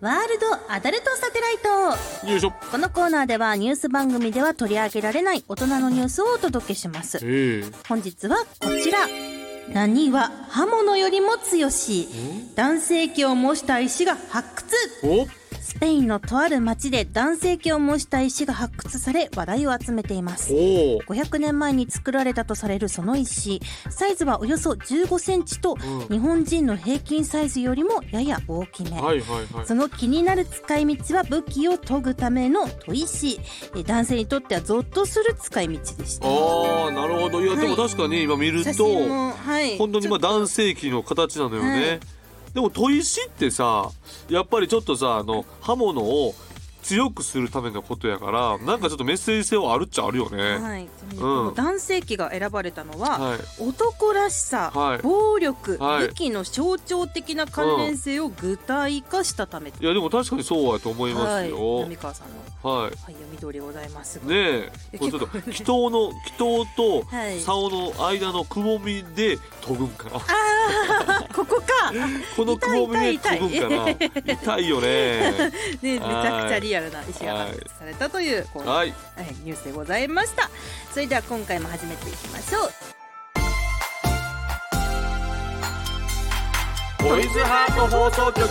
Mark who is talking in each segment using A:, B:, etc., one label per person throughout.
A: ワールドアダルトサテライト
B: よいしょ。
A: このコーナーではニュース番組では取り上げられない大人のニュースをお届けします
B: ええ
A: 本日はこちら何は刃物よりも強し男性器を模した石が発掘
B: お
A: スペインのとある町で男性器を模した石が発掘され話題を集めています
B: おお
A: 500年前に作られたとされるその石サイズはおよそ15センチと
B: うん
A: 日本人の平均サイズよりもやや大きめ、
B: はいはいはい。
A: その気になる使い道は武器を研ぐための砥石え男性にとってはゾッとする使い道でした
B: ああ、なるほど。いや、
A: はい
B: でも確かに今見る
A: 写真
B: と、
A: も、はい、
B: 本当にまあ
A: ちょっ
B: 男性器の形なのよ
A: は
B: ね
A: い。
B: でも砥石ってさ、やっぱりちょっとさ、あの、刃物を強くするためのことやから、なんかちょっとメッセージ性はあるっちゃあるよ
A: と
B: ね。
A: はい
B: ん
A: この男性器が選ばれたのは、
B: はい。
A: 男らしさ、
B: はい
A: 暴力、
B: はい
A: 武器の象徴的な関連性を具体化したため、
B: いや、でも確かにそうやと思いま
A: は
B: す
A: い、
B: よ。
A: 浪川さんの、はい、
B: はい。
A: 読み通りでございますが、
B: ねえ
A: え
B: これちょっと
A: 結構
B: 祈祷の祈祷と
A: はい
B: 竿の間のくぼみで研ぐんかな
A: ここか、ね、
B: このくぼみで
A: 痛い
B: 研ぐんかな
A: 痛い
B: 痛いよ ね
A: めちゃくちゃリアルな石が発掘されたという、こう
B: は
A: は
B: い
A: い、ニュースでございましたそれでは今回も始めていきましょう
B: ボイズハート放送局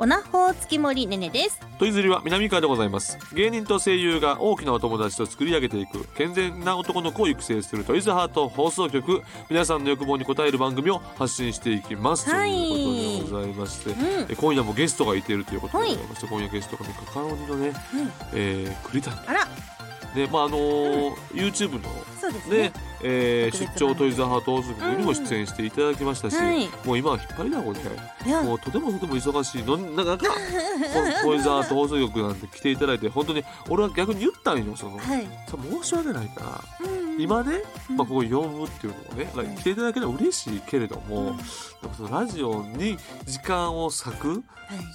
A: おなほ月森ねねです
B: といずりは南川でございます芸人と声優が大きなお友達と作り上げていく健全な男の子を育成するトイズハート放送局皆さんの欲望に応える番組を発信していきます、
A: はい
B: ということでございまして、
A: ん
B: え今夜もゲストがいているということでございまして、今夜ゲストがねカカロニのね、
A: うん
B: えー、栗谷
A: あら
B: でまああのー YouTube の
A: そうですね
B: ね、えー
A: 特別
B: 出
A: 版
B: 張トイズハート大阪にも出演していただきましたし、
A: うんはい
B: もう今は引っ張りだこで、
A: いや
B: もうとてもとても忙しいのな んかこのトイズハート放送局なんて来ていただいて本当に俺は逆に言ったんよその
A: はい、
B: さ申し訳ないから
A: うん
B: 今ね、
A: うん
B: まあ、ここに呼ぶっていうのもね、
A: はい
B: 来ていただければ嬉しいけれども、
A: うん
B: でもそのラジオに時間を割く
A: はい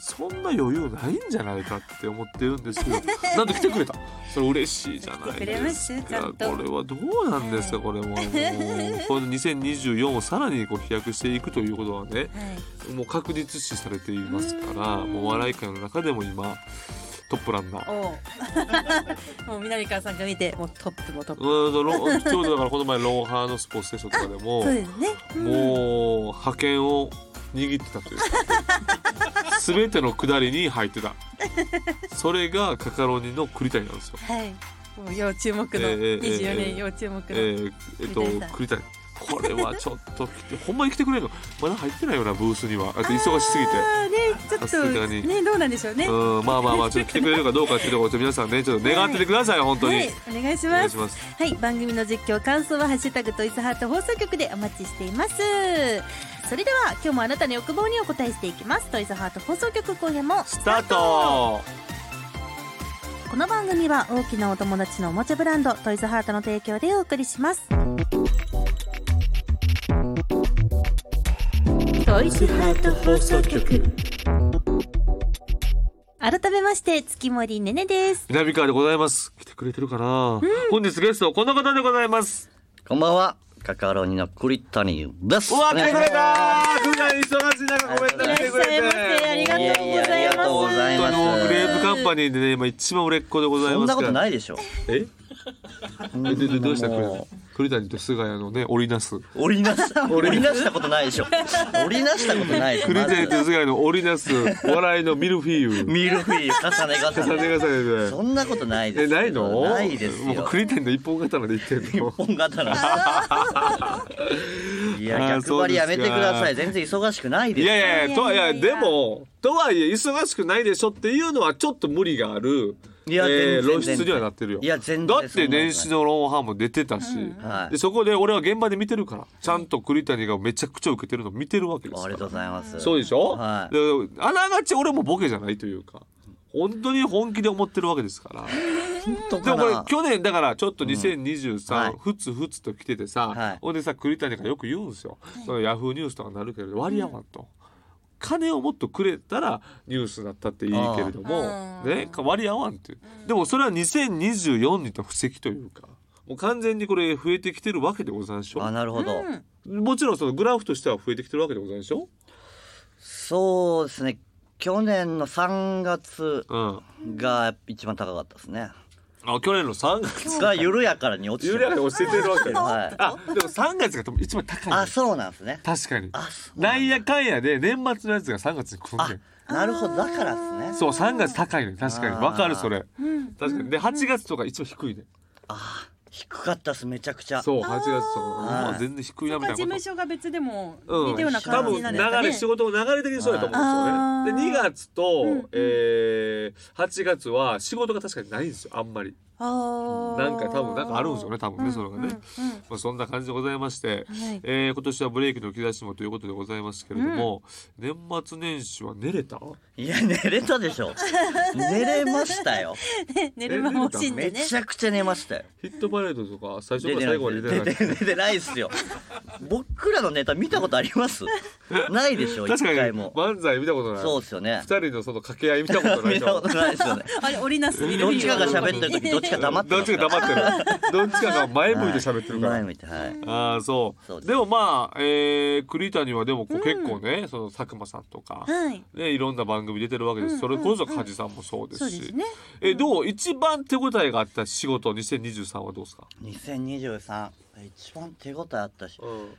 B: そんな余裕ないんじゃないかって思ってるんです けどなんと来てくれたそれ嬉しいじゃない
A: 来て
B: です
A: くれま
B: か
A: し
B: こ
A: たちゃんと
B: れはどうなんですかこれも もうこれ2024をさらにこう飛躍していくということはね
A: はい
B: もう確実視されていますか
A: う
B: ら
A: ん
B: もう笑い界の中でも今トップランナ ー。
A: おう もう南川さんが見てもうトップもトップ
B: うんローちょうどだからこの前ロンハーのスポーツ選手とかで も
A: そうですね、うん
B: もう派遣を握ってた というか全ての下りに入ってたそれがカカロニの栗谷なんですよ
A: はいもう要注目の
B: えーえー
A: 24
B: え
A: 年
B: ー
A: 要注目の、
B: えーえっと
A: 栗谷さん
B: 栗谷これはちょっと来てほんまに来てくれるのまだ入ってないようなブースにはあと忙しすぎて
A: あーねちょ
B: さ
A: っ
B: す
A: と
B: がに
A: ねどうなんでしょうね、は
B: うんまあまあまあちょっと来てくれるかどうかっていうところちょっと皆さんねちょっと願っててください本当に、
A: いお願いし
B: お願
A: ま
B: い
A: す
B: します
A: はい、番組の実況感想はハッシュタグトイズハート放送局でお待ちしています。それでは今日もあなたの欲望にお答えしていきます。トイズハート放送局今夜も
B: スタート
A: この番組は大きなお友達のおもちゃブランドトイズハートの提供でお送りします。トイズハート放送局。改めまして月森ねねです。
B: 南川でございます来てくれてるかな、本日ゲストこの方でございます
C: こんばんは、カカロニの栗谷です。
B: うわ、
C: お
B: 来
C: 願い
B: て
C: し
B: く
C: ま
B: れた普段忙し
C: す
B: い中コメント来てくれて
A: いらっしゃいませありがとうございます
C: いやいや、ありがとうござい
B: 本
C: ま
B: 当にもうグレープ
C: す。
B: カンパニーでね、今一番売れっ子でござい
C: そん
B: ます
C: な
B: か
C: こと
B: ら。
C: ないでしょ。
B: ええででどうした栗谷
C: も
B: 栗谷と菅谷のね、織りなす。
C: う織り なした、織りなしたことないでしょ。織りなしたことないでしょ。
B: 栗
C: まず
B: 谷と菅谷の織りなす、笑いのミルフィーユ。
C: ミルフィーユ重ね
B: 重ね
C: が
B: 重ね
C: そんなことない
B: で。
C: で
B: え、
C: すよ。
B: ないの
C: ないです
B: もう
C: よ。
B: 栗谷の一本刀で言ってんの
C: 本 刀。いや、
B: あー
C: 逆張りやめてくだ
B: そ
C: さ
B: う
C: い。全然忙しくないです
B: い
C: よ。
B: やいや、とはい
A: いや
B: や、
A: いやいや
B: でも、とはいえ、忙しくないでしょっていうのは、ちょっと無理がある。
C: いや
B: えー
C: 全然
B: 露出にはなってるよ。
C: いや全然
B: だって、年始のロンハーも出てたし。
C: はい
B: で、そこで、俺は現場で見てるから、ちゃんと栗谷がめちゃくちゃ受けてるの見てるわけです
C: あ
B: か
C: りがとう
B: ら。
C: ございます。
B: そうでしょ
C: はい
B: であながち、俺もボケじゃないというか。本当に本気で思ってるわけですから。
C: と
B: で
C: か
B: もこれ
C: な。
B: 去年だからちょっと
C: は
B: 2023
C: い
B: ふつふつと来てて
C: は
B: さ
C: い
B: ほんでさ栗谷がよく言うんですよそのヤフーニュースとかなるけれど割り合わんと。金をもっとくれたらニュースになったっていいけれども
A: あー
B: ね割り合わんっていうでもそれは2024にと布石というかもう完全にこれ増えてきてるわけでございましょ
C: あ、なるほど。
B: もちろんそのグラフとしては増えてきてるわけでございましょ
C: そうですね去年の3月
B: うん。
C: が一番高かったですね
B: あ、去年の3月。
C: が緩やからに落ちて
B: ゆりゃ
C: る
B: が教えてるわけ よ。
C: はい
B: あ、でも3月が一番高い
C: あ
B: ね。
C: そうなんですね
B: 確かに。
C: あそう
B: なんやかんやで年末のやつが3月に来ん
C: あ
B: ねん。
C: なるほどだからですね
B: そう、3月高いね。確かに。
C: あー
B: わかる、それ。
A: うん
B: 確かに。で、8月とか一番低いね。
C: あ低かったですめちゃくちゃ
B: そう、8月とか。
C: ー
B: まあ全然低い
A: な
B: な
A: ん
B: み
A: か
B: た
A: 事
B: い
A: 務
B: なこと。
A: 所が別でも
B: う
A: 似
B: ん、
A: たような
B: 多
A: 感じ
B: 分
A: なんですか
B: 流
A: ね。
B: れ仕事の流れ的にそうやと思
A: あ
B: うんです
A: ー
B: よね。で2月と、
A: うんうん
B: えー、8月は仕事が確かにないんですよあんまり。
A: あ
B: なんか多分なんかあるんですよね多分ね、
A: うん
B: それがね。
A: うんうん
B: まあ、そんな感じでございまして、
A: はい
B: えー今年はブレーキの兆しもということでございますけれども、年末年始は寝れた
C: いや寝れたでしょ寝れましたよ
A: 寝る間も惜しんで
C: め
A: ね。
C: ちゃくちゃ寝ましたよ
B: ヒットパレードとか最初
C: 出
B: から最
C: てない
B: 後まで
C: 出
B: 出てなかった
C: て出てないっすよ僕らのネタ見たことありますないでしょ一
B: 確かに
C: 回も
B: 漫才見たことない
C: そうっすよね
B: 二人のその掛け合い見たことない
C: 見 たことないですよね
A: あれ織りなす
C: どっちかが喋ってる時どっちか黙って
B: どっ
C: ます
B: ち
C: か
B: が黙ってるどっちかが前向いて喋ってるから、
C: 前向いてはい
B: ああそう
C: そうです
B: でもまあ、えー、栗谷はでもこう結構ね、その佐久間さんとか、
A: はい。
B: ね、いろんな番組出てるわけです、
A: うん
B: それこそ梶さんもそうで
A: そう
B: す
A: で
B: し、
A: すね。
B: えどう一番手応えがあった仕事2023はどうですか、
C: 2023一番手応えあったし
B: うん、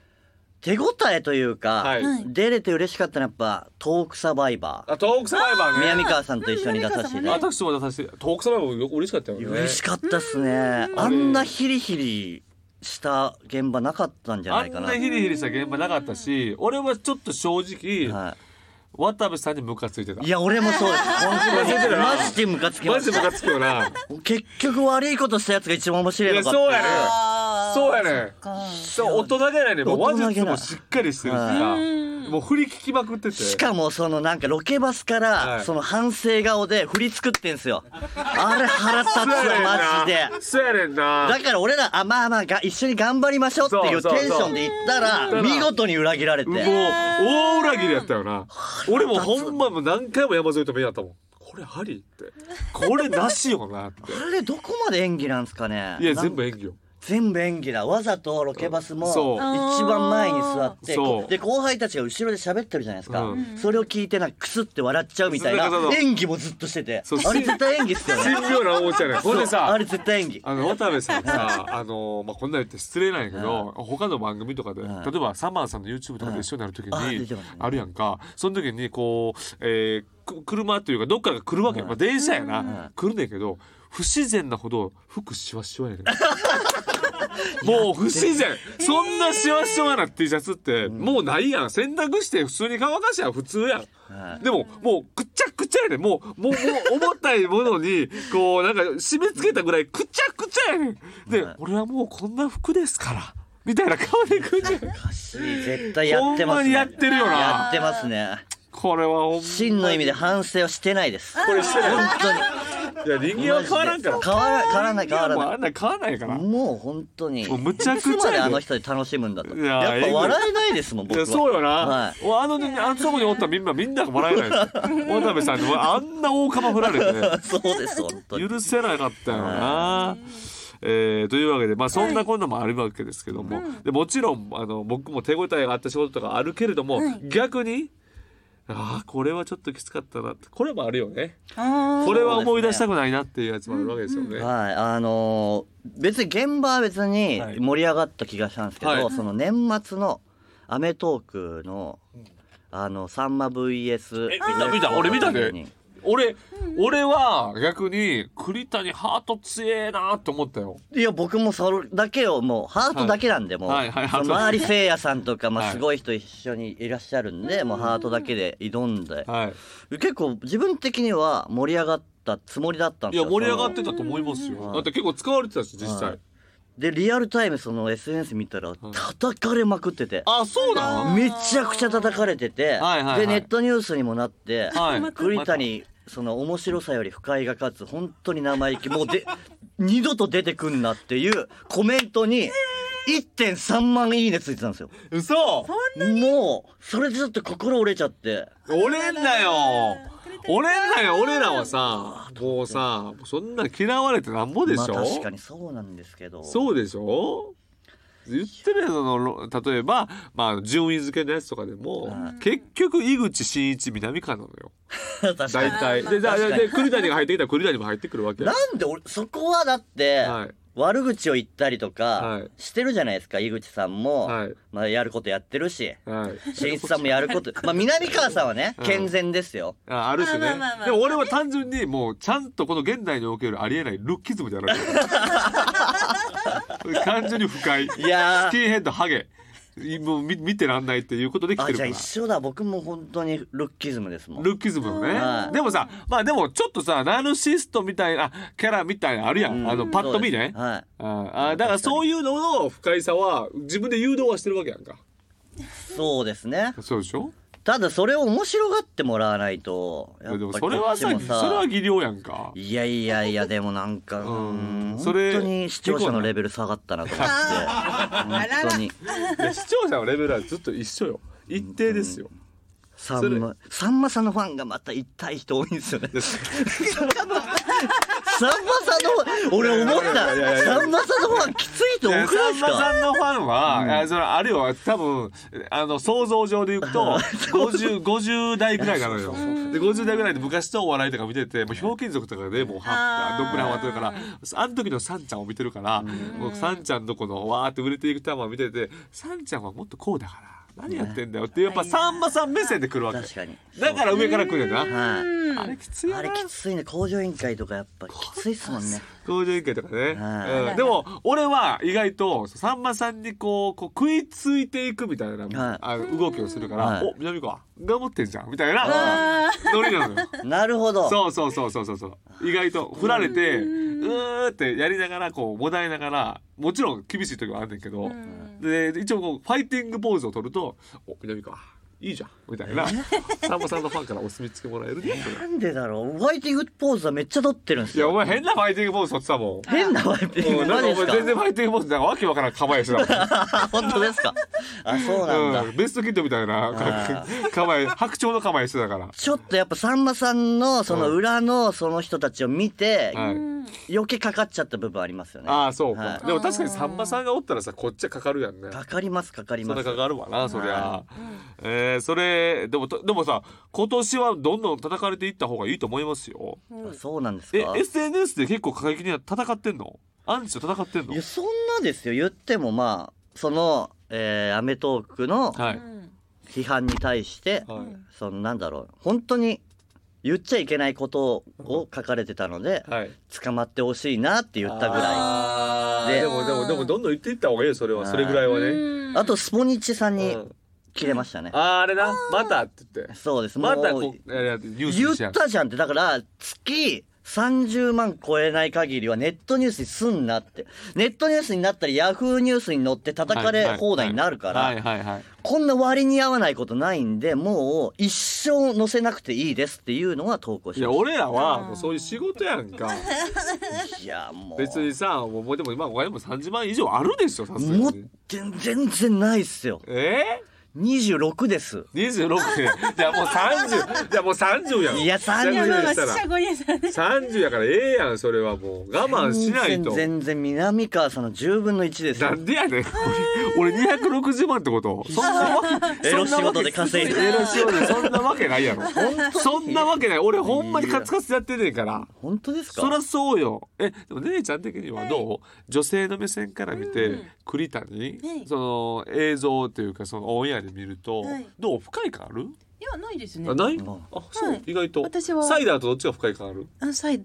C: 手応えというか、
B: はい、
A: はい
C: 出れて嬉しかったのはやっぱトークサバイバ
B: あトークサバイバ
C: ー
B: ーね
C: 南川さんと一緒に出させていただいて
B: 私も出させてトークサバイバーよ嬉しかったよね
C: 嬉しかったっすねあんなヒリヒリした現場なかったんじゃないかな
B: あんなヒリヒリした現場なかったし俺はちょっと正直、
C: は
B: 渡部さんにムカついてた
C: い、いや俺もそうです本当にマジでムカつきま
B: マジ
C: し
B: でムカつくよな
C: た結局悪いことしたやつが一番面白いのかって
B: いやそうやね そうや
A: ね。
B: ね
A: か
B: そう大人げないねもう
C: 大
B: 話
C: 人げない
B: 術もしっかりしてるしさ
A: うん
B: もう振り聞きまくってて
C: しかもそのなんかロケバスから、
B: はい
C: その反省顔で振り作ってんすよあれ腹立つわ
B: そうやねんな
C: マジで
B: そうやねんな
C: だから俺らあまあまあが一緒に頑張りましょうっていう
B: そうそうそう
C: テンションで行った
B: う
C: ら
B: ん
C: 見事に裏切られて
B: もう
C: い
B: 大裏切りやったよな俺もほんまもう何回も山添と目合ったもんこれハリーってこれなしよなって
C: あれどこまで演技なんすかね
B: いや全部演技よ
C: 全部演技だわざとロケバスも
B: そう
C: 一番前に座って
B: そう
C: こで後輩たちが後ろで喋ってるじゃないですか、
B: うん
C: それを聞いてなんかクスって笑っちゃうみたいな
B: そうそうそう
C: 演技もずっとしてて
B: そう
C: あれ絶対演技っすよね
B: 神妙なおもちゃねほんで
C: そう
B: さ
C: あれ絶対演技
B: あの渡部さん さあのまあこんなん言って失礼なんやけど他の番組とかで例
C: はい
B: えばサマーさんの YouTube とかで一緒になる時
C: はいあ出て
B: に
C: ますね
B: あるやんかその時にこうえーく車というかどっから来るわけやんまあ電車やな来るねんけど不自然なほど服シワシワやねん もう不自然そんなシワシワな T シャツってもうないやん洗濯して普通に乾かしやん普通やん
C: はい
B: でももうくちゃくちゃやねんもうもうもう重たいものにこうなんか締め付けたぐらいくちゃくちゃやねんで、
C: はい
B: 俺はもうこんな服ですからみたいな顔でくんじゃん
C: 絶対やってま
B: ほんますに
C: ね
B: やってるよ
C: や
B: な
C: ってますね
B: これはほんまに
C: 真の意味で反省はしてないです
B: これしてない
C: 本当に
B: いや人間は変わらんから
C: 変わら変わらない変わら
B: 人間はもう
C: な
B: あんな変わらないから
C: いもう本当に
B: もうむちゃくちゃ
C: いつまであの人で楽しむんだと
B: いや
C: やっ
B: え
C: ぱ
B: ぐい
C: 笑えないですもん
B: い
C: 僕
B: や
C: は
B: そうよな、
C: は
B: おあのねあそこにおったみんなみんなが笑えないですよ渡辺さんにもあんな大釜振られてね
C: そうです本当に
B: 許せなかったよな。えーというわけで、まあ、そんなこんなもあるわけですけども、でもちろんあの僕も手応えがあった仕事とかあるけれども、逆にああこれはちょっときつかったなってこれもあるよね
A: あー
B: これは思い出したくないなっていうやつもあるわけですよね。
C: はいあのー別に現場は別に
B: はい
C: 盛り上がった気がしたんですけど、
B: はい
C: その年末の『アメトーク』のあのさんま VS
B: え見た見た俺見たで
C: に
B: 俺俺は逆に栗谷ハート強えなと思ったよ。
C: いや僕もそれだけをもうハートだけなんで、もう、
B: はいはい
C: そ
B: ハ
C: の
B: ート
C: 周りせいやさんとか、ま
B: は
C: あ、
B: い
C: すごい人一緒にいらっしゃるんで、もうハートだけで挑んで、
B: はい、
C: 結構自分的には盛り上がったつもりだったん
B: い
C: ですよ
B: や盛り上がっ
C: その
B: てたと思いますよ。
C: はい
B: だって結構使われてたし実際。
C: はいでリアルタイムその SNS 見たら叩かれまくってて、
B: あそうなの
C: めちゃくちゃ叩かれてて、
B: はいはいはい
C: でネットニュースにもなって、
B: はい
C: 栗谷その面白さより不快が勝つ本当に生意気もうで 二度と出てくんなっていうコメントに1.3万いいねついてたんですよ
B: 嘘
C: もうそれでちょっと心折れちゃって
B: 俺んなよ俺んなよ俺らはさもうさそんな嫌われてなんぼでしょ、
C: まあ確かにそうなんですけど
B: そうでしょ言ってるやつのろ例えばまあ順位付けのやつとかでも、結局井口真一南川なのよ
C: 確か
B: 大
C: に
B: 体でだ
C: 確かに
B: で栗谷が入ってきたら栗谷も入ってくるわけ
C: なんで俺そこはだって、
B: はい
C: 悪口を言ったりと
B: は
C: か
B: い
C: してるじゃないですか井口さんも、
B: はい
C: まあ、やることやって るし
B: はい
C: 新一さんもやることまあ南川さんはね
B: うん
C: 健全で すよ、
B: ああるしね
A: まあまあまあまあ
B: でも俺は単純にもうちゃんとこの現代におけるありえないルッキズムであるわけ 単純に不快
C: いや
B: スキ
C: ー
B: ンヘッドハゲもう見見てらんないっていうことで来て
C: あ
B: る
C: じ
B: か
C: ゃあ
B: ら
C: 一緒だ僕も本当にルッキズムですもん
B: ルッキズムの
C: は
B: ね
C: い
B: でもさまあでもちょっとさナルシストみたいなキャラみたいなのあるやん、
C: うん
B: あのパッと見ね
C: はい
B: ああだからそういうのの不快さは自分で誘導はしてるわけやんか
C: そうですね
B: そうでしょ
C: ただそれを面白がってもらわないとやっ
B: で
C: ぱ
B: もそれはさ
C: こっちも
B: それは技量やんか
C: いやいやいやでもなんか、うん、
B: うん
C: 本
B: それ
C: 当に視聴者のレベル下がったなと思って本当に
B: いや視聴者のレベルはずっと一緒よ一定ですよ
C: さんまさんまさんのファンがまた痛い人多いんです よね。さんまさんの俺思っ
B: いやいやいや
C: た
B: いや
C: さんまさんのファンきついと
B: い
C: 多
B: や
C: くな
B: さ
C: いで
B: ん
C: す
B: まさ
C: か
B: んのファンは、いやそれあるいは多分あの想像上でいく と 50, 50代ぐらいなのよ。で50代ぐらいで昔とお笑いとか見ててもうひょうきん族とかでもうは
A: あー
B: ドップラン終わってるからあの時のさんちゃんを見てるからもうさんちゃんのこのわーって売れていく玉を見ててさんちゃんはもっとこうだから何やってんだよってやっぱさんまさん目線で来るわけ
C: 確かに。
B: だから上から来るよな。
C: は
B: あれきつい
C: い。
B: よな
C: あれきついね工場委員会とかやっぱきついっすもんね。
B: 工場委員会とかね、
C: はい
B: うんでも俺は意外とさんまさんにこうこう食いついていくみたいな、
C: はい
B: あの動きをするから「
C: はい
B: お南川頑張ってんじゃん」みたいな
A: あ
B: ノリなのよ。
C: なるほど。
B: そうそうそうそうそうそう意外と振られてうーってやりながらこうもだえながらもちろん厳しい時はあんねんけどで一応こうファイティングポーズを取ると「お南川いいじゃん」みたいな さんまさんのファンからお墨付きもらえるね
C: なんでだろう。ファイティングポーズはめっちゃ取ってるんで
B: い
C: す
B: や
C: よ。
B: お前変なファイティングポーズ取ってたもん。
C: 変なファイティン
B: う
C: グ
B: ん
C: マ
B: なん
C: ジ
B: か
C: で
B: お
C: す
B: 前全然ファイティングポーズなんかわけわからん構えしてたも ん
C: か。 本当ですか。あそうなんだ。
B: うん、ベストキッドみたいな
C: あ
B: 構え白鳥の構えしてたから
C: ちょっとやっぱさんまさんのその裏のその人たちを見て
B: はい
C: 余計かかっちゃった部分ありますよね。
B: ああそうか、
C: はい
B: でも確かにさんまさんがおったらさこっちはかかるやんね
C: かかりますかかり
B: そ
C: ま
B: れ
C: す。
B: かかるわなそりゃ
C: は、
B: えー、それでもとでもさ今年はどんどん叩かれていった方がいいと思いますよ
C: あそうなんです
B: え
C: か。
B: SNS で結構過激には戦ってんのアンチと戦ってんの
C: いやそんなですよ言ってもまあそのえーアメトーークの
B: はい、
C: 批判に対して、
B: はい
C: そのなんだろう本当に言っちゃいけないことを書かれてたので、
B: はい、
C: 捕まってほしいなって言ったぐらい。
B: ら
C: で
B: でもでもでもどんどん言っていった方がいいよそれはそれぐらいはね
A: ー
C: あとスポニチさんに
B: うん
C: 切れましたね。
B: あーあれなまたって言って
C: そうです。
B: また
C: もう
B: こういやいやニュース
C: 言
B: に
C: っ
B: しやん
C: たじゃんってだから月30万超えない限りはネットニュースにすんなってネットニュースになったりヤフーニュースに載って叩かれ放題になるから、
B: はいはいはい
C: こんな割に合わないことないんでもう一生載せなくていいですっていうのは投稿し
B: い
C: ま
B: や
C: し
B: 俺らはもうそういう仕事やんか
C: たいやもう
B: 別にさもうもうでも今お金も30万以上あるでしょさすが
C: もっ
B: に
C: て全然ないっすよ
B: え
C: 26です
B: ー、?26 でいやもう30じゃもう30やん
C: いや30
A: いやまあまあ
B: した
A: 四
B: ら
A: 捨五入さんね
B: 30やからええやんそれはもう我慢しないと
C: 全然南川さんの10分の1ですよ
B: なんでやねん俺俺260万って ことそんなわけ
C: エロ
B: そんなわけ
C: 仕事で稼いで
B: エロ仕事でそんなわけない やろそんなわけない俺ほんまにカツカツやってんねんから
C: 本当ですか
B: そりゃそうよえでも姉ちゃん的にはどう、女性の目線から見て、栗谷、
A: はい
B: その映像というかそのオンエアで見ると、
A: はい
B: どう不快感ある、
A: いやないですね
B: あない、
C: ん
B: あそう、
A: はい
B: 意外と
A: 私は
B: サイダーとどっちが不快感ある
A: あサイ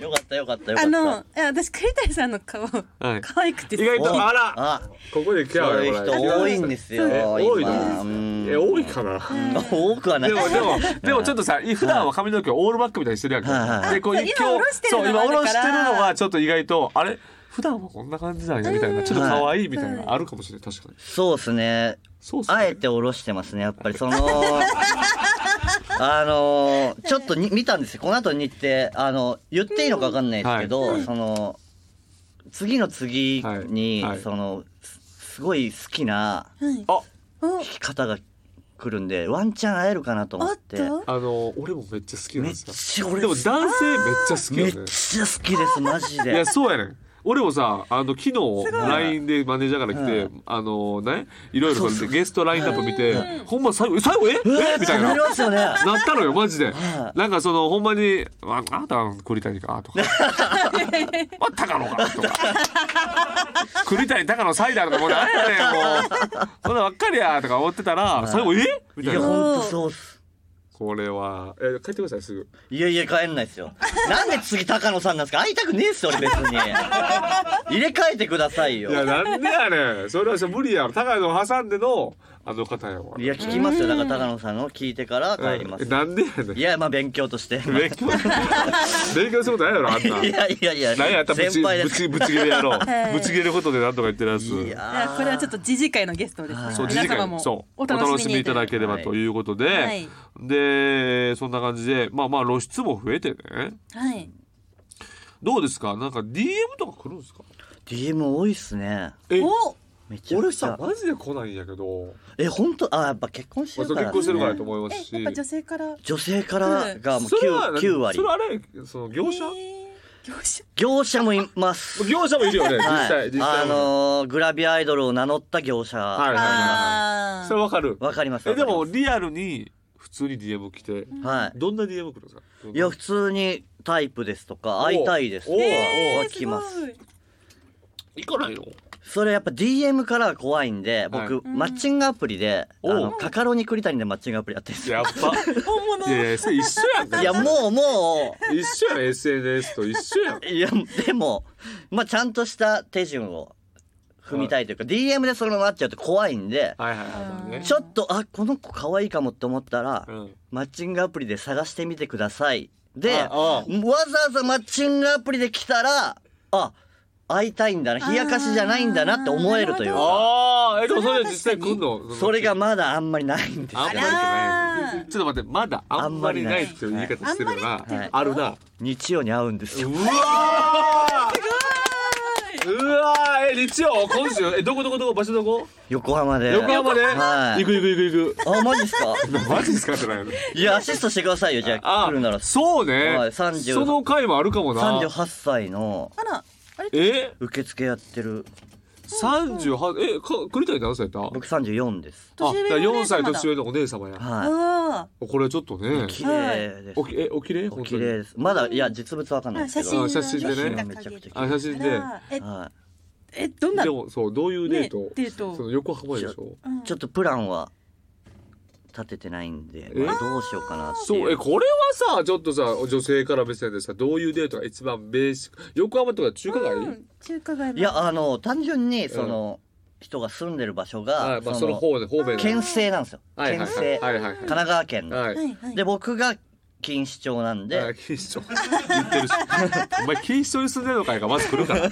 C: よかったよかったよか
A: あ
C: った
A: のいや私栗谷さんの顔
B: はい
A: 可愛くて
B: 意外
C: お
B: とあら
C: あ
B: ここでキャ
C: そう
B: ラ
C: いう人多いん
B: で
C: ですよ
B: え多いの
C: 今うん
B: え多いかな、
C: 多くはない
B: でもでもでもちょっとさ普段は髪の毛をオールバックみたいにしてるやん
C: はい
B: か。
C: はい
B: でこう
A: そう今下ろしてるの
B: そう
A: も
B: 今
A: あ
B: 下
A: るから
B: ろしてるのはちょっと意外とあれ普段はこんな感じなんやみたいなちょっと可愛いみたいなのあるかもしれない確かに。
C: そうですね
B: そうっすね
C: あえて下ろしてますねやっぱりその あのーちょっとに見たんですよこの後にってあの言っていいのか分かんないですけど、
B: はい
C: その次の次に、
B: はいはい
C: そのすすごい好きな
A: はい
B: あ
A: お
C: 方が来るんでワンチャン会えるかなと
A: あ
C: 思っ
A: ってた
B: あの俺もめっちゃ好きなん
C: めっ
B: ですよ。
C: ちゃ俺
B: でも男性めっちゃ好き
C: め
B: よ
C: っ
B: ね。
C: ちゃ好きですマジ
B: い
C: で
B: やそうやねん。俺もさあの昨日
C: い
B: LINE でマネージャーから来て、
C: う
B: あのねいろいろこうやっ
C: そ
B: て
C: うそう
B: ゲストラインナップ見て、ほんま最後え最後え
C: うわ
B: えみたい
C: な
B: な
C: り。ますよね。
B: なったのよマジで
C: は
B: なんかそのほんまに「ああなたは栗谷か」 とか「まあ高野か」とか「栗谷高野サイダー」とかもうなんやねんもうそんなばっかりやとか思ってたら最後「えみ
C: い
B: たい
C: や
B: な
C: 本当そうっす。
B: これはえ帰ってくださいすぐ
C: いやいや帰んないですよ。なんで次高野さんなんですか。会いたくねえっすよ俺別 に。入れ替えてくださいよ
B: い。やなんでやねんそれは無理やろ高野を挟んでのあの方やわ
C: いや聞きますよだから高野さんを聞いてから帰ります。
B: なんでやねん
C: いやまあ勉強として。
B: 勉強勉強することないやろあんない
C: やいやいや。
B: 何やったらぶち
C: 先輩で
B: ぶ
C: す。
B: ちぶち切れやろう
A: はい
B: ぶち切れることで何とか言ってるやつ
C: いやー
A: これはちょっと次次回のゲストですね。
B: そう次
A: 皆
B: 回
A: 様
B: も
A: も
B: そう
A: お
B: お
A: 楽
B: 楽
A: し
B: し
A: み
B: み
A: い
B: い
A: た
B: た
A: だ
B: だ
A: け
B: け
A: れ
B: れ
A: ば。
B: ば
C: はい
B: ということで、
A: はい
B: でそんな感じでまあまあ露出も増えてね
A: はい。
B: どうですかなんか DM とか来るんですか
C: DM 多いっすね。
B: え
A: お、
C: めちゃ
B: 俺
C: くち
B: さ
C: ゃ。
B: マジで来ないんやけど
C: え本当あやっぱ結婚して
B: 俺そ
C: るか
B: う結
C: ら、ね。
B: 婚してるからと思いますし
A: え、やっぱ女性から。
C: 女性からがもう
B: それは
C: 9九割
B: それ。あれその業者
A: えー業者。
C: 業者もいます。
B: 業者もいるよね実際、
C: はい
B: 実際は
C: あのーグラビアアイドルを名乗った業者。
B: はいはいは
A: あ
B: いそれ
A: あ。
B: わかる
C: わかります。
B: えでも
C: わか
B: リアルに普通に DM 来て
C: りますは
B: どんな DM 来るんですか
C: い。いや普通にタイプですとか会いたいですと
B: お
C: か
B: う
C: は
A: す
C: 来ます。
A: ごい。
B: 行かないの
C: それやっぱ DM から怖いんで、僕、
B: は
C: マッチングアプリで、あ
B: おう
C: のカカロニ栗谷でマッチングアプリやってるんです
B: や
C: よ
B: っ。ぱ
A: 本物。
B: いやいやそれ一緒やんか
C: いやもうも
B: 一緒やん SNS と一緒やん
C: う いやでもまあちゃんとした手順を踏みたいというか、DM でそのまま会っちゃうと怖いんで、
B: はいはいはいまあね
C: ちょっとあこの子可愛いかもって思ったら、
B: うん
C: マッチングアプリで探してみてくださいで
B: あ
C: わ
B: あ
C: ざわざマッチングアプリで来たらあ会いたいんだな冷やかしじゃないんだなって思えるというか
B: ああえでもそれ実際来んの
C: それがまだあんまりないんですよ
B: あんまりじ
A: あ
B: ゃな
A: ら
B: いちょっと待ってまだあんまりないっていう言い方してるの
A: あんまりない
B: が
A: って
B: あるな
C: 日曜に会うんですよ
B: うわーうわーえ日曜今週えどこどこどこ場所どこ
C: 横浜で
B: 横浜で
C: はい
B: 行く行く行く行
C: あマジっ すか
B: くマジですかってないの
C: いやアシストしてくださいよじゃあ来るなら
B: そうね
C: はい30
B: その回もあるかもな
C: 38歳の
A: あら、あれ。
B: え
C: 受付やってる
B: 三十八えか栗谷何歳やったあ
C: 僕34です
B: だ
A: 年
B: か
A: 上のお
B: ら
A: 姉様だ
B: 4歳年上のお姉様や
C: は
A: あ
B: これちょっとね
C: い綺麗です
B: おきえおきれい
C: お綺麗ですまだいや実物わかんないですけど
B: あ写真でね
A: が
C: 写真がめちゃくちゃ綺麗
B: あ写真で
A: あらえ、
C: は
A: え、どんな。
B: でもそうどういうデート
A: ねデート
B: その横浜でしょ
A: うん
C: い、ちょっとプランは立ててないんで、
B: え
C: まあどうしようかなって
B: そ
C: いう
B: うえこれはさちょっとさ女性から目線でさどういうデートが一番ベーシック横浜とか中華街、
A: うん中華街も。
C: いやあの単純にその、人が住んでる場
B: は
C: 所が
B: い、まあその方で方面
C: 県政なんですよ、
B: はいはい
C: 県政、
B: はいはいはい
C: 神奈川県の、
B: は
A: はいいはい。
C: で僕が錦糸町なんで、
B: あ錦糸町言ってるしお前錦糸町に住んでるのかいがまず来るから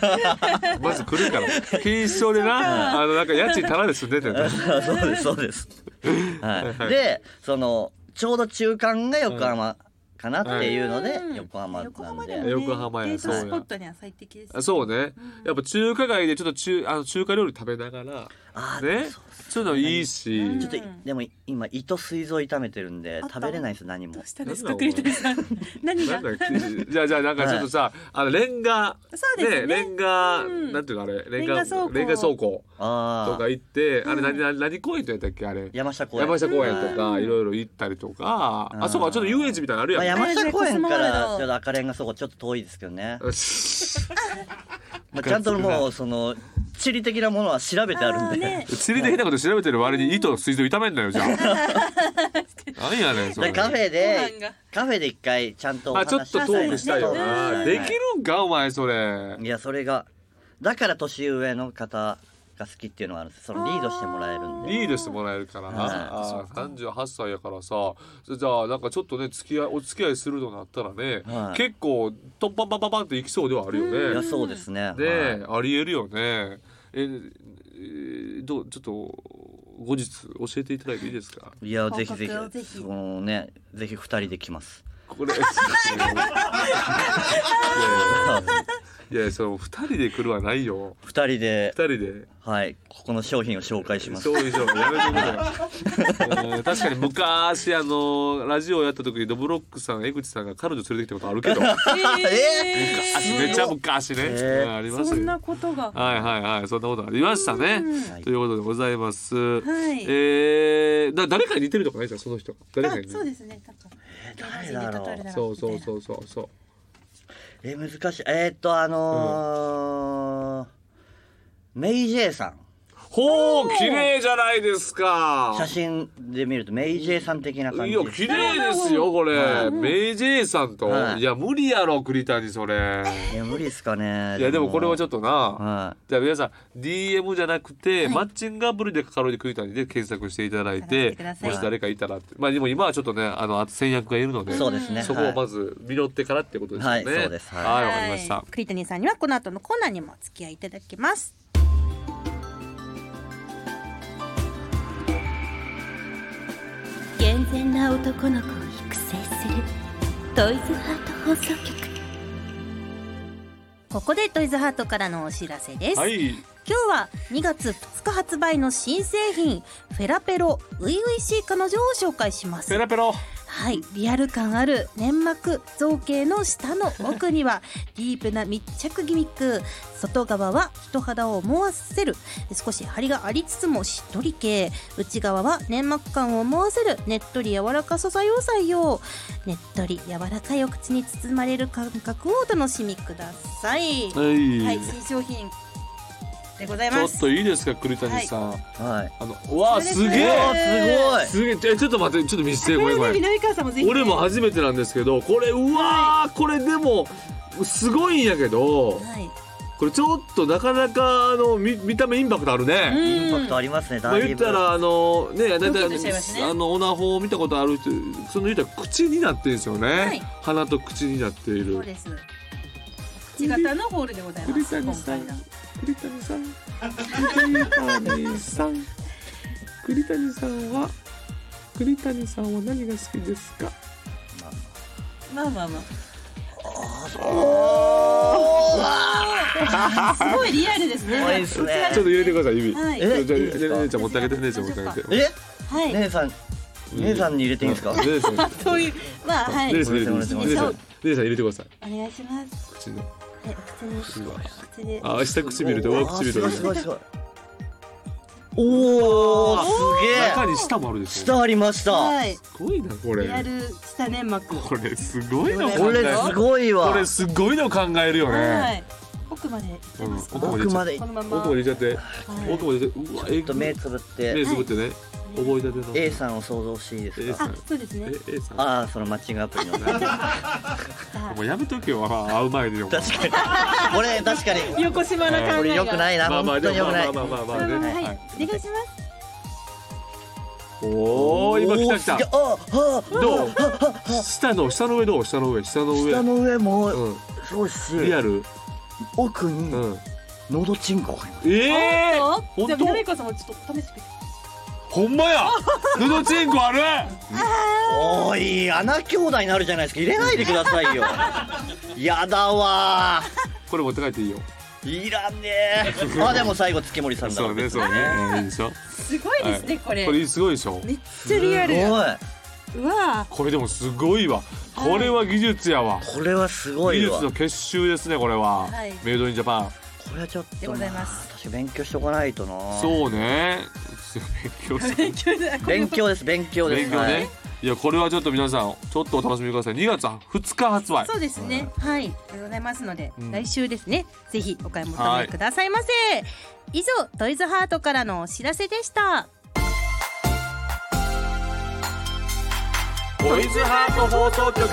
B: まず来るから錦糸町でなあのなんか家賃タダで住んでてんな
C: そうですそうです。はい。でそのちょうど中間が横浜かなっていうので
A: うん
C: 横浜なん
A: も
C: で
A: ね
B: 横浜や
A: デート
B: そうや
A: スポットには最適です。
B: あそうねやっぱ中華街でちょっと中あの中華料理食べながら
C: あー
B: ねそういうのいいし、
A: うん
C: ちょっとでも今糸膵臓炒めてるんで
A: あった
C: 食べれないです何
A: ど
C: も
A: う。したんですか、
B: なんだお前
A: 栗谷さん。何
B: な
A: が
B: ん。だっけじゃあじゃあなんかちょっとさ、あのレンガ
A: そうですね
B: レンガ、
A: うん
B: なんていうかあれレン
A: レ
B: ガ
A: ンガ倉庫
B: レンガ倉庫と
C: あ
B: か
C: あ
B: 行ってあ
A: う
B: れ
A: ん
B: 何何何公園とやったっけあれ
C: 山下公園。
B: 山下公園とか
A: うん
B: いろいろ行ったりとか、
C: うん
B: あそうかちょっと遊園地みたいなのあるや
C: まあ
B: ん、
C: 山下公園
A: 山下公園コ
C: か
A: スモワー
C: ら
A: ルド
C: ちょっと赤レンガ倉庫ちょっと遠いですけどね。
B: 地
C: まあちゃんともうその地理的なものは調べてあるんで。
A: ね。
B: 理的なこと調べてる割に糸水道炒めんなよじゃあ 何やねんそ
C: で
B: れ
C: カフェ
A: ご飯
C: で
A: が
C: カフェで一回ちゃんとお
B: あ
C: 話
B: ちょっとトークしたいよ
A: う
B: なんできるんかお前それ
C: いやそれがだから年上の方が好きっていうのはあるんですそのリードしてもらえるんで
B: リードしてもらえるから
C: はい
B: あー38歳やからさそれじゃあなんかちょっとね付き合いお付き合いするのなったらね、
C: はい
B: 結構トンパンパンパンパンっていきそうではあるよね。
C: いやそうですね
B: ねえ、ありえるよね。え、えーどうちょっと後日教えていただいていいですか。
C: いやぜひぜ
A: 報告をぜ
C: ひ
A: ひ
C: そのねぜひ二人で来ます
B: これ。いやいやいやその二人で来るはないよ
C: 二人で
B: 二人で
C: はいここの商品を紹介します
B: そうでしょうやめてくれようん確かに昔あのラジオやった時にドブロックさん江口さんが彼女連れてきたことあるけど
A: え
B: 昔めちゃ昔ね、
C: えー
B: うんあり
A: ー
B: まし
A: そ
B: た
A: ん
B: よ
A: なことが。
B: はいはいはいそんなことありましたね
C: はい
B: ということでございます、
A: はい
B: えー、だ誰かに似てるとかないじゃんその人誰
A: あ
B: かに、
A: そうですね。なんか
C: 誰だろう
A: 芸能人で例えるなら
B: そうそう
A: みたい
B: そうそうそう
C: えー難しいえー、っとあのーメイジェイさん
B: ほう綺麗じゃないですか
C: 写真で見るとメイジェイさん的な感
B: い
C: じ
B: や綺麗ですよこれメイジェイさんと、、
C: はいい
B: や無理やろ栗谷それ
C: いや無理ですかね
B: いやでもこれはちょ
C: っ
B: っとな
C: は
B: じゃあ皆さん DM じゃなくて、
A: い
B: マッチングアプリでかかろうに栗谷で検索していただい
A: 探しててください
B: もし誰かいたらってまあでも今はちょっとねあの先役がいるので
C: いそうですね
B: そこをまず実ってからってことですよね。
C: はいそうですはい
B: はい、わかりました
A: は。い栗谷さんにはこの後のコーナーにもお付き合いいただきます。
D: 健全な男の子を育成するトイズハート放送局
A: ここでトイズハートからのお知らせです。
B: はい、
A: 今日は2月2日発売の新製品フェラペロウイウイシー彼女を紹介します
B: ペラペロ。
A: はいリアル感ある粘膜造形の下の奥に はディープな密着ギミック外側は人肌を思わせる少し張りがありつつもしっとり系内側は粘膜感を思わせるねっとり柔らかさ作用採用ねっとり柔らかいお口に包まれる感覚をお楽しみください
B: はい、
A: はい、新商品でござい
B: ちょ
A: ま
B: っ
A: す。
B: といいですか栗谷さん。
C: いはい
B: あのうわあすげえ。
C: あーす
B: すげえちょちょっと待ってちょっと見せてごめんごめん。
A: 南川さんもぜ
B: 俺も初めてなんですけどこれうわーこれでもすごいんやけど
A: はい。
B: これちょっとなかなかあの見見た目インパクトあるね。
C: ごいインパクトありますね
B: まあ
C: だ
B: 言
C: い
B: っ
C: ぶ
B: たらあのね大
A: ドキ
B: 体
A: ドキしちゃいますね
B: あのオナホを見たことある人その言ったら口になってるんですよね、
A: はい
B: 鼻と口になって
A: そ
B: い
A: う
B: る
A: です。口型のホールでございま
B: 栗
A: す。
B: 谷
A: 今
B: さ
A: 回
B: ん
A: の。
B: 栗谷さん栗谷さん栗谷さんは栗谷さんは何が好きですか
A: まあまあまあ。すごいリアルですね。
C: 多いですね
B: ちょっと入れてください指、
A: はい
B: じゃあ
C: え
B: じゃあ
C: いいですか
B: 姉ちゃん持ってあげて姉ちゃん持ってあげて
C: え
A: はい。
C: 姉さん姉さんに入れていいんですか
B: 姉さん姉
A: というまあはい。
B: さん入れて姉さん
C: ご
A: めんなさい
B: 姉さん入れてください
A: お願いします。
B: 口の
A: はい、口に
B: 口の
A: 口に。
B: あ下唇と上唇と
C: あーすごいすごいすごいおおすげ
B: 中
C: え
B: に舌もあるでしょ
C: 下ありました、
A: はい。
B: すごいなこれ
A: リアル下粘膜。
B: これすごいの
C: こ
B: 考え
C: れすごいわ
B: これすごいの考えるよ
A: は
B: ね。
A: い。奥まで行っちゃいますか。
B: うん
C: 奥まで
A: このまま。
B: 奥まで入れちゃって、
A: はい
B: 奥まで入れちゃって、うわ、え
C: ちょっと目つぶって
B: 目つぶってね、覚えたての。
C: A さんを想像していいです
B: A
C: か
B: さん
A: あ、そうですね。
B: え A さん。
C: ああそのマッチングアプリの確か
B: もうやめとけよ、あ会う前によ。
C: にこれ確かに
A: 横島な考えが。。
C: これ良くないいな
B: まあまあ、
C: 本
B: で
C: 当に良
B: も
C: く
B: ま
C: ない
B: あまあまあまあ
A: は
B: まあ
A: い、
B: ね。
A: お
B: は
A: 願
B: い
A: いします。
B: おお、今来た来
C: おーすげえ
B: た。
C: あー
B: どう下の、下の上どう下の上、下の
C: あー
B: 上。
C: 下の上も
B: う
C: そうし
B: ん。リアル。
C: 奥
B: う
C: に
B: ん。
C: 喉チンコがあります
B: ええ
A: おっと
B: 本
A: じゃあ、
B: 当
A: みなみかわさんもちょっと試してくださ
B: ほんま やルドチンコある
C: おーい穴兄弟になるじゃないですか入れないでくださいよやだわ
B: これ持って帰っていいよ。
C: ーいらねえ あでも最後月森さんだ
B: そうね、そうね。うんいいでしょ。
A: い。すごいですね、これ。
B: これすごいでしょ。
A: めっちゃリアル。
C: す
A: う
C: ご
A: わ
C: い
A: あ。
B: これでもすごいわ。これは技術やわ。
C: これはすご
B: 技
C: いわ
B: 術の結集ですねこれは、
A: はい
B: メイドインジャパン
C: これはちょっ
A: で
C: と
A: ご
C: な
A: ざいます
C: 私勉強しとかないとな
B: そうね勉強し
A: 勉強だ。
C: 勉強です勉強で
B: 勉
C: す
B: 強ね、い、やこれはちょっと皆さんちょっとお楽しみください2月2日発売
A: そうですね。はい。ありがとうございますので、
B: うん
A: 来週ですね。ぜひお買い求
B: は
A: め
B: い
A: くださいませ。以上、トイズハートからのお知らせでした。
B: ボイズハート放送局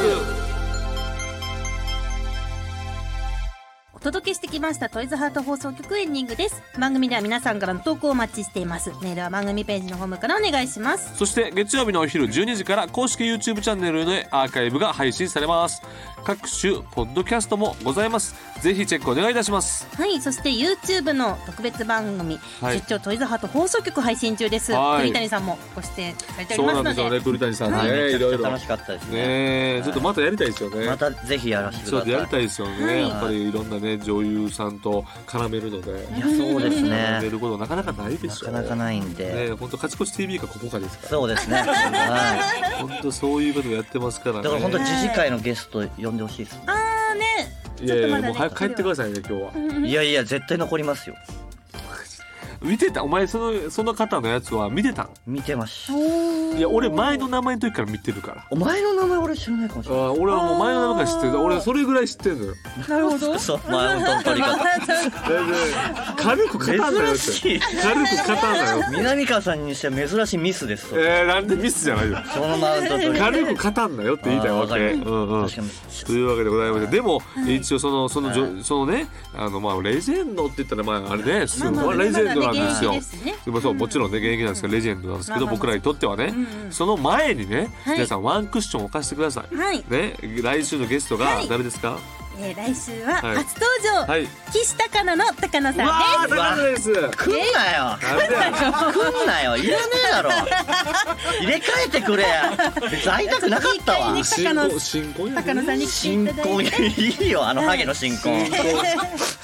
A: お届けしてきましたトイズハート放送局エンディングです。番組では皆さんからの投稿をお待ちしています。メールは番組ページのホームからお願いします。
B: そして月曜日のお昼12時から公式 YouTube チャンネルのアーカイブが配信されます各種ポッドキャストもございますぜひチェックお願いいたします
A: はい、そして YouTube の特別番組、
B: はい
A: 出張トイズハート放送局配信中です。
B: はい
A: 栗谷さんもご出演されてお
B: そ
A: り
B: う
A: ます
B: な
A: のです
B: んでよね栗谷さんね、
A: はい
B: い、
C: めち
B: ろ
C: ゃく
B: い
C: ちゃ
B: ろ
C: 楽
B: ね
C: しかったですね。
B: えちょっとまたやりたいですよね
C: またぜひやらせてく
B: ちょっ
C: ださ
B: と
C: い。
B: やりたいですよね、
A: はい
B: やっぱりいろんなね女優さんと絡めるので
C: いやそうです
B: 絡め
C: ね。
B: ることなかなかないで
C: な
B: し
C: か
B: ょ
C: なかないん
B: ね
C: で。
B: 本当勝ち越し TV かここかですから
C: そうです ね。 はい
B: 本当そういうことやってますからね
C: だから本当
A: に
C: 自治会のゲスト呼んでほしいです。
A: あーね、
B: いやい
A: ちょっと
B: や
A: まだ
B: もう
A: ね
B: 早く帰ってくださいね今日は
C: いやいや絶対残りますよ。
B: 見てたお前そのその方のやつは見てたん
C: 見てます。
B: いや俺前の名前の時から見てるから
C: お前の名前俺知らないかもし
B: あ
C: れない。
B: ー俺はもう前の名前から知って
A: あー
B: る俺それぐらい知ってるのよ
A: なるほど。
C: そう前の取り方。
B: 軽く勝た んなよって
C: 珍しい。
B: 軽く勝たんなよ
C: 南川さんにしては珍しいミスです。それ
B: えー、なんでミスじゃないよ
C: そのマウント取り。
B: 軽く勝たんなよって言いたいわけ
C: あーわか
B: うんうん
C: 確かに。
B: というわけでございましてでも、
A: い
B: 一応そのそのじょ、
C: は
B: そのねあのまあレジェンドって言ったらまああれねす
A: まあまあ
B: ごいレジェンドなんですよ。
A: まだね現役ですね
B: でもそうもちろんね現役なんですけどレジェンドなんですけど、
A: まあまあ
B: 僕らにとってはね、
A: うんうん
B: その前にね、
A: はい
B: 皆さんワンクッション置かせてください。
A: はい、
B: ね来週のゲストが
A: はい
B: 誰ですか？
A: えー、来週は
B: はい
A: 初登場、
B: はい。
A: 岸高菜の高菜
B: わ
A: さん
B: あ高野です。
C: 来んなよ。
B: なんでや
C: 来んなよ。いらねえだろ。入れ替えてくれ。別に会いたくなかったわ。
A: です。
B: 新婚新婚や
A: 高菜さんに来てい
C: 新
A: ただいて。
C: 婚いいよあのハゲの新婚。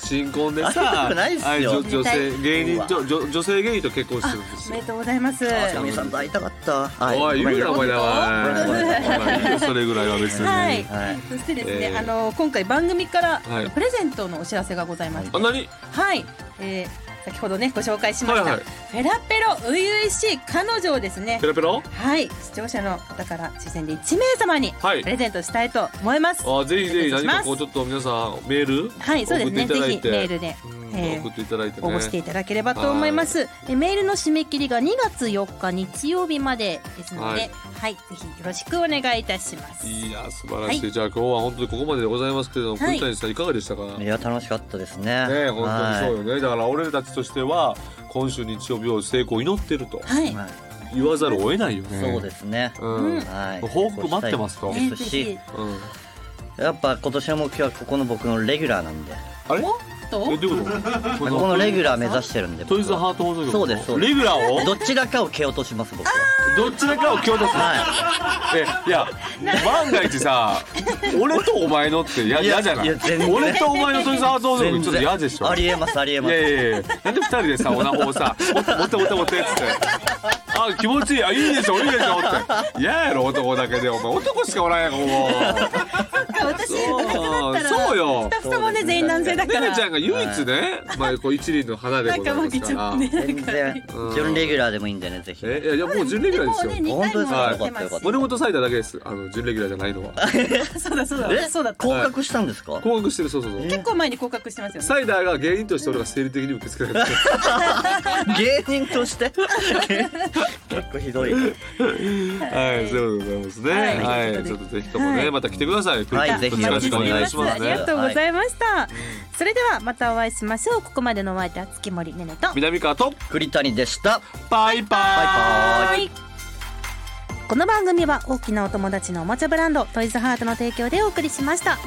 B: 新婚で
C: 会いた
B: さ、
C: くないっすよ
B: あれ女女性芸
C: う
B: 人
C: わ
B: 女女女性芸人と結婚してるんです
A: お
B: よ
A: めで。とうございます。
C: あちゃみさんと会いたかった。
B: おい、言うな、お前らは。
C: ごめんな
B: お前いいよそれぐらいは別に。
A: はい、
C: はい
A: そしてですね、
B: えー
A: あの今回番組から
B: はい
A: プレゼントのお知らせがございまして、
B: あ、なに、
A: はい、えー、先ほどねご紹介しました、
B: はいはい
A: フェラペロ初々しい彼女をですね
B: ペロペロ。
A: はい視聴者の方から抽選で1名様に
B: はい
A: プレゼントしたいと思います、
B: あ、ぜひぜひ、
A: お願いし
B: 何
A: ます
B: かこう、ちょっと皆さん、メール。
A: はいそうですね
B: 送
A: ぜ
B: っていただい
A: ひ
B: て
A: メールで、
B: うん
A: えー
B: 送っていただいてね。
A: 応募していただければと思います、でメールの締め切りが2月4日日曜日までですので、は
B: はいい、
A: ぜひよろしくお願いいたします
B: いや、素晴ら
A: は
B: しい。じゃあ、今日は本当にここまででございますけれども、
A: はい
B: 栗谷さん、いかがでしたか。
C: い
B: ね
C: や楽しかったですね。
B: え、本当にそうよね。だから、俺たちとしては、今週日曜日を成功を祈ってると
A: はい、
C: はい
B: 言わざるを得ないよね。
C: そうですね。
B: うん。
A: うん
C: はい。
B: 報告待ってますと。
A: ね
C: ですし
A: ぜひ
B: うん。
C: やっぱ今年の目標はここの僕のレギュラーなんで、
B: あれ。
A: おっと
B: え、どういうこと
C: このレギュラー目指してるんで。
B: ト
C: 僕
B: イズハ
C: は
B: ート放送局
C: そうですそうです
B: レギュラーを
C: どちらかを蹴落とします僕は。
B: どっちらかを強出す
C: は
B: えいや 万が一さ俺とお前のってや
C: いや
B: 嫌じゃない
C: いや全然
B: 俺とお前のトイズハート放
C: い。
B: 送局ちょっと嫌でしょ
C: ありえますありえ
B: い
C: ます
B: や。いやいやなんで二人でさオナホをさ「持って持って持って持って」っつって「あ気持ちいいあいいでしょいいでしょ」って嫌やろ男だけでお前男しかおらんやんここ
A: あ私
B: そう
A: だったら
B: そう
A: ス
B: よ
A: タッフさんもね全員男性だか
B: ね
A: ら
B: ねちゃんが唯一ね、まあ、こう一輪の花で
A: な
B: ご
A: ん
B: ざい
A: か
B: ま
A: 負
B: す
A: け
B: か
A: ちゃ
B: ら
A: っ。て
C: 全然
B: うん
C: 準レギュラーでもいいんでねぜひ。
B: えいやいやもう準レギュラーですよ
A: で。もね、2回もやってます
C: はい
A: よ
B: 森本サイダーだけです。あの準レギュラーじゃないのは。
A: そうだそうだ。
C: え
A: そうだった。
C: 降格したんですか？
B: 降格してるそうそうそう。
A: 結構前に降格してますよね。
B: サイダーが芸人として俺が生理的に受け付けられてる
C: 芸人として 結構ひどい。
B: はい、そういうことでございますね。
A: は
B: はいい、ちょっとぜひともね、
A: はい
B: また来てください。
C: はいぜ
B: よ
C: ひよ
B: ろ
C: ろ
B: し
C: し
B: く
C: く
B: お
C: お
B: 願
C: 願
B: い
C: い
B: し
C: し
B: ま
C: ますす
B: ね。
A: ありがとうございました。それではまたお会いしましょう。ここまでのお相手は月森ねねと。
B: 南川と
C: 栗谷でした。
B: バイバ
C: バイ
B: イ。
C: バイ。
A: この番組は大きなお友達のおもちゃブランドトイズハートの提供でお送りしました。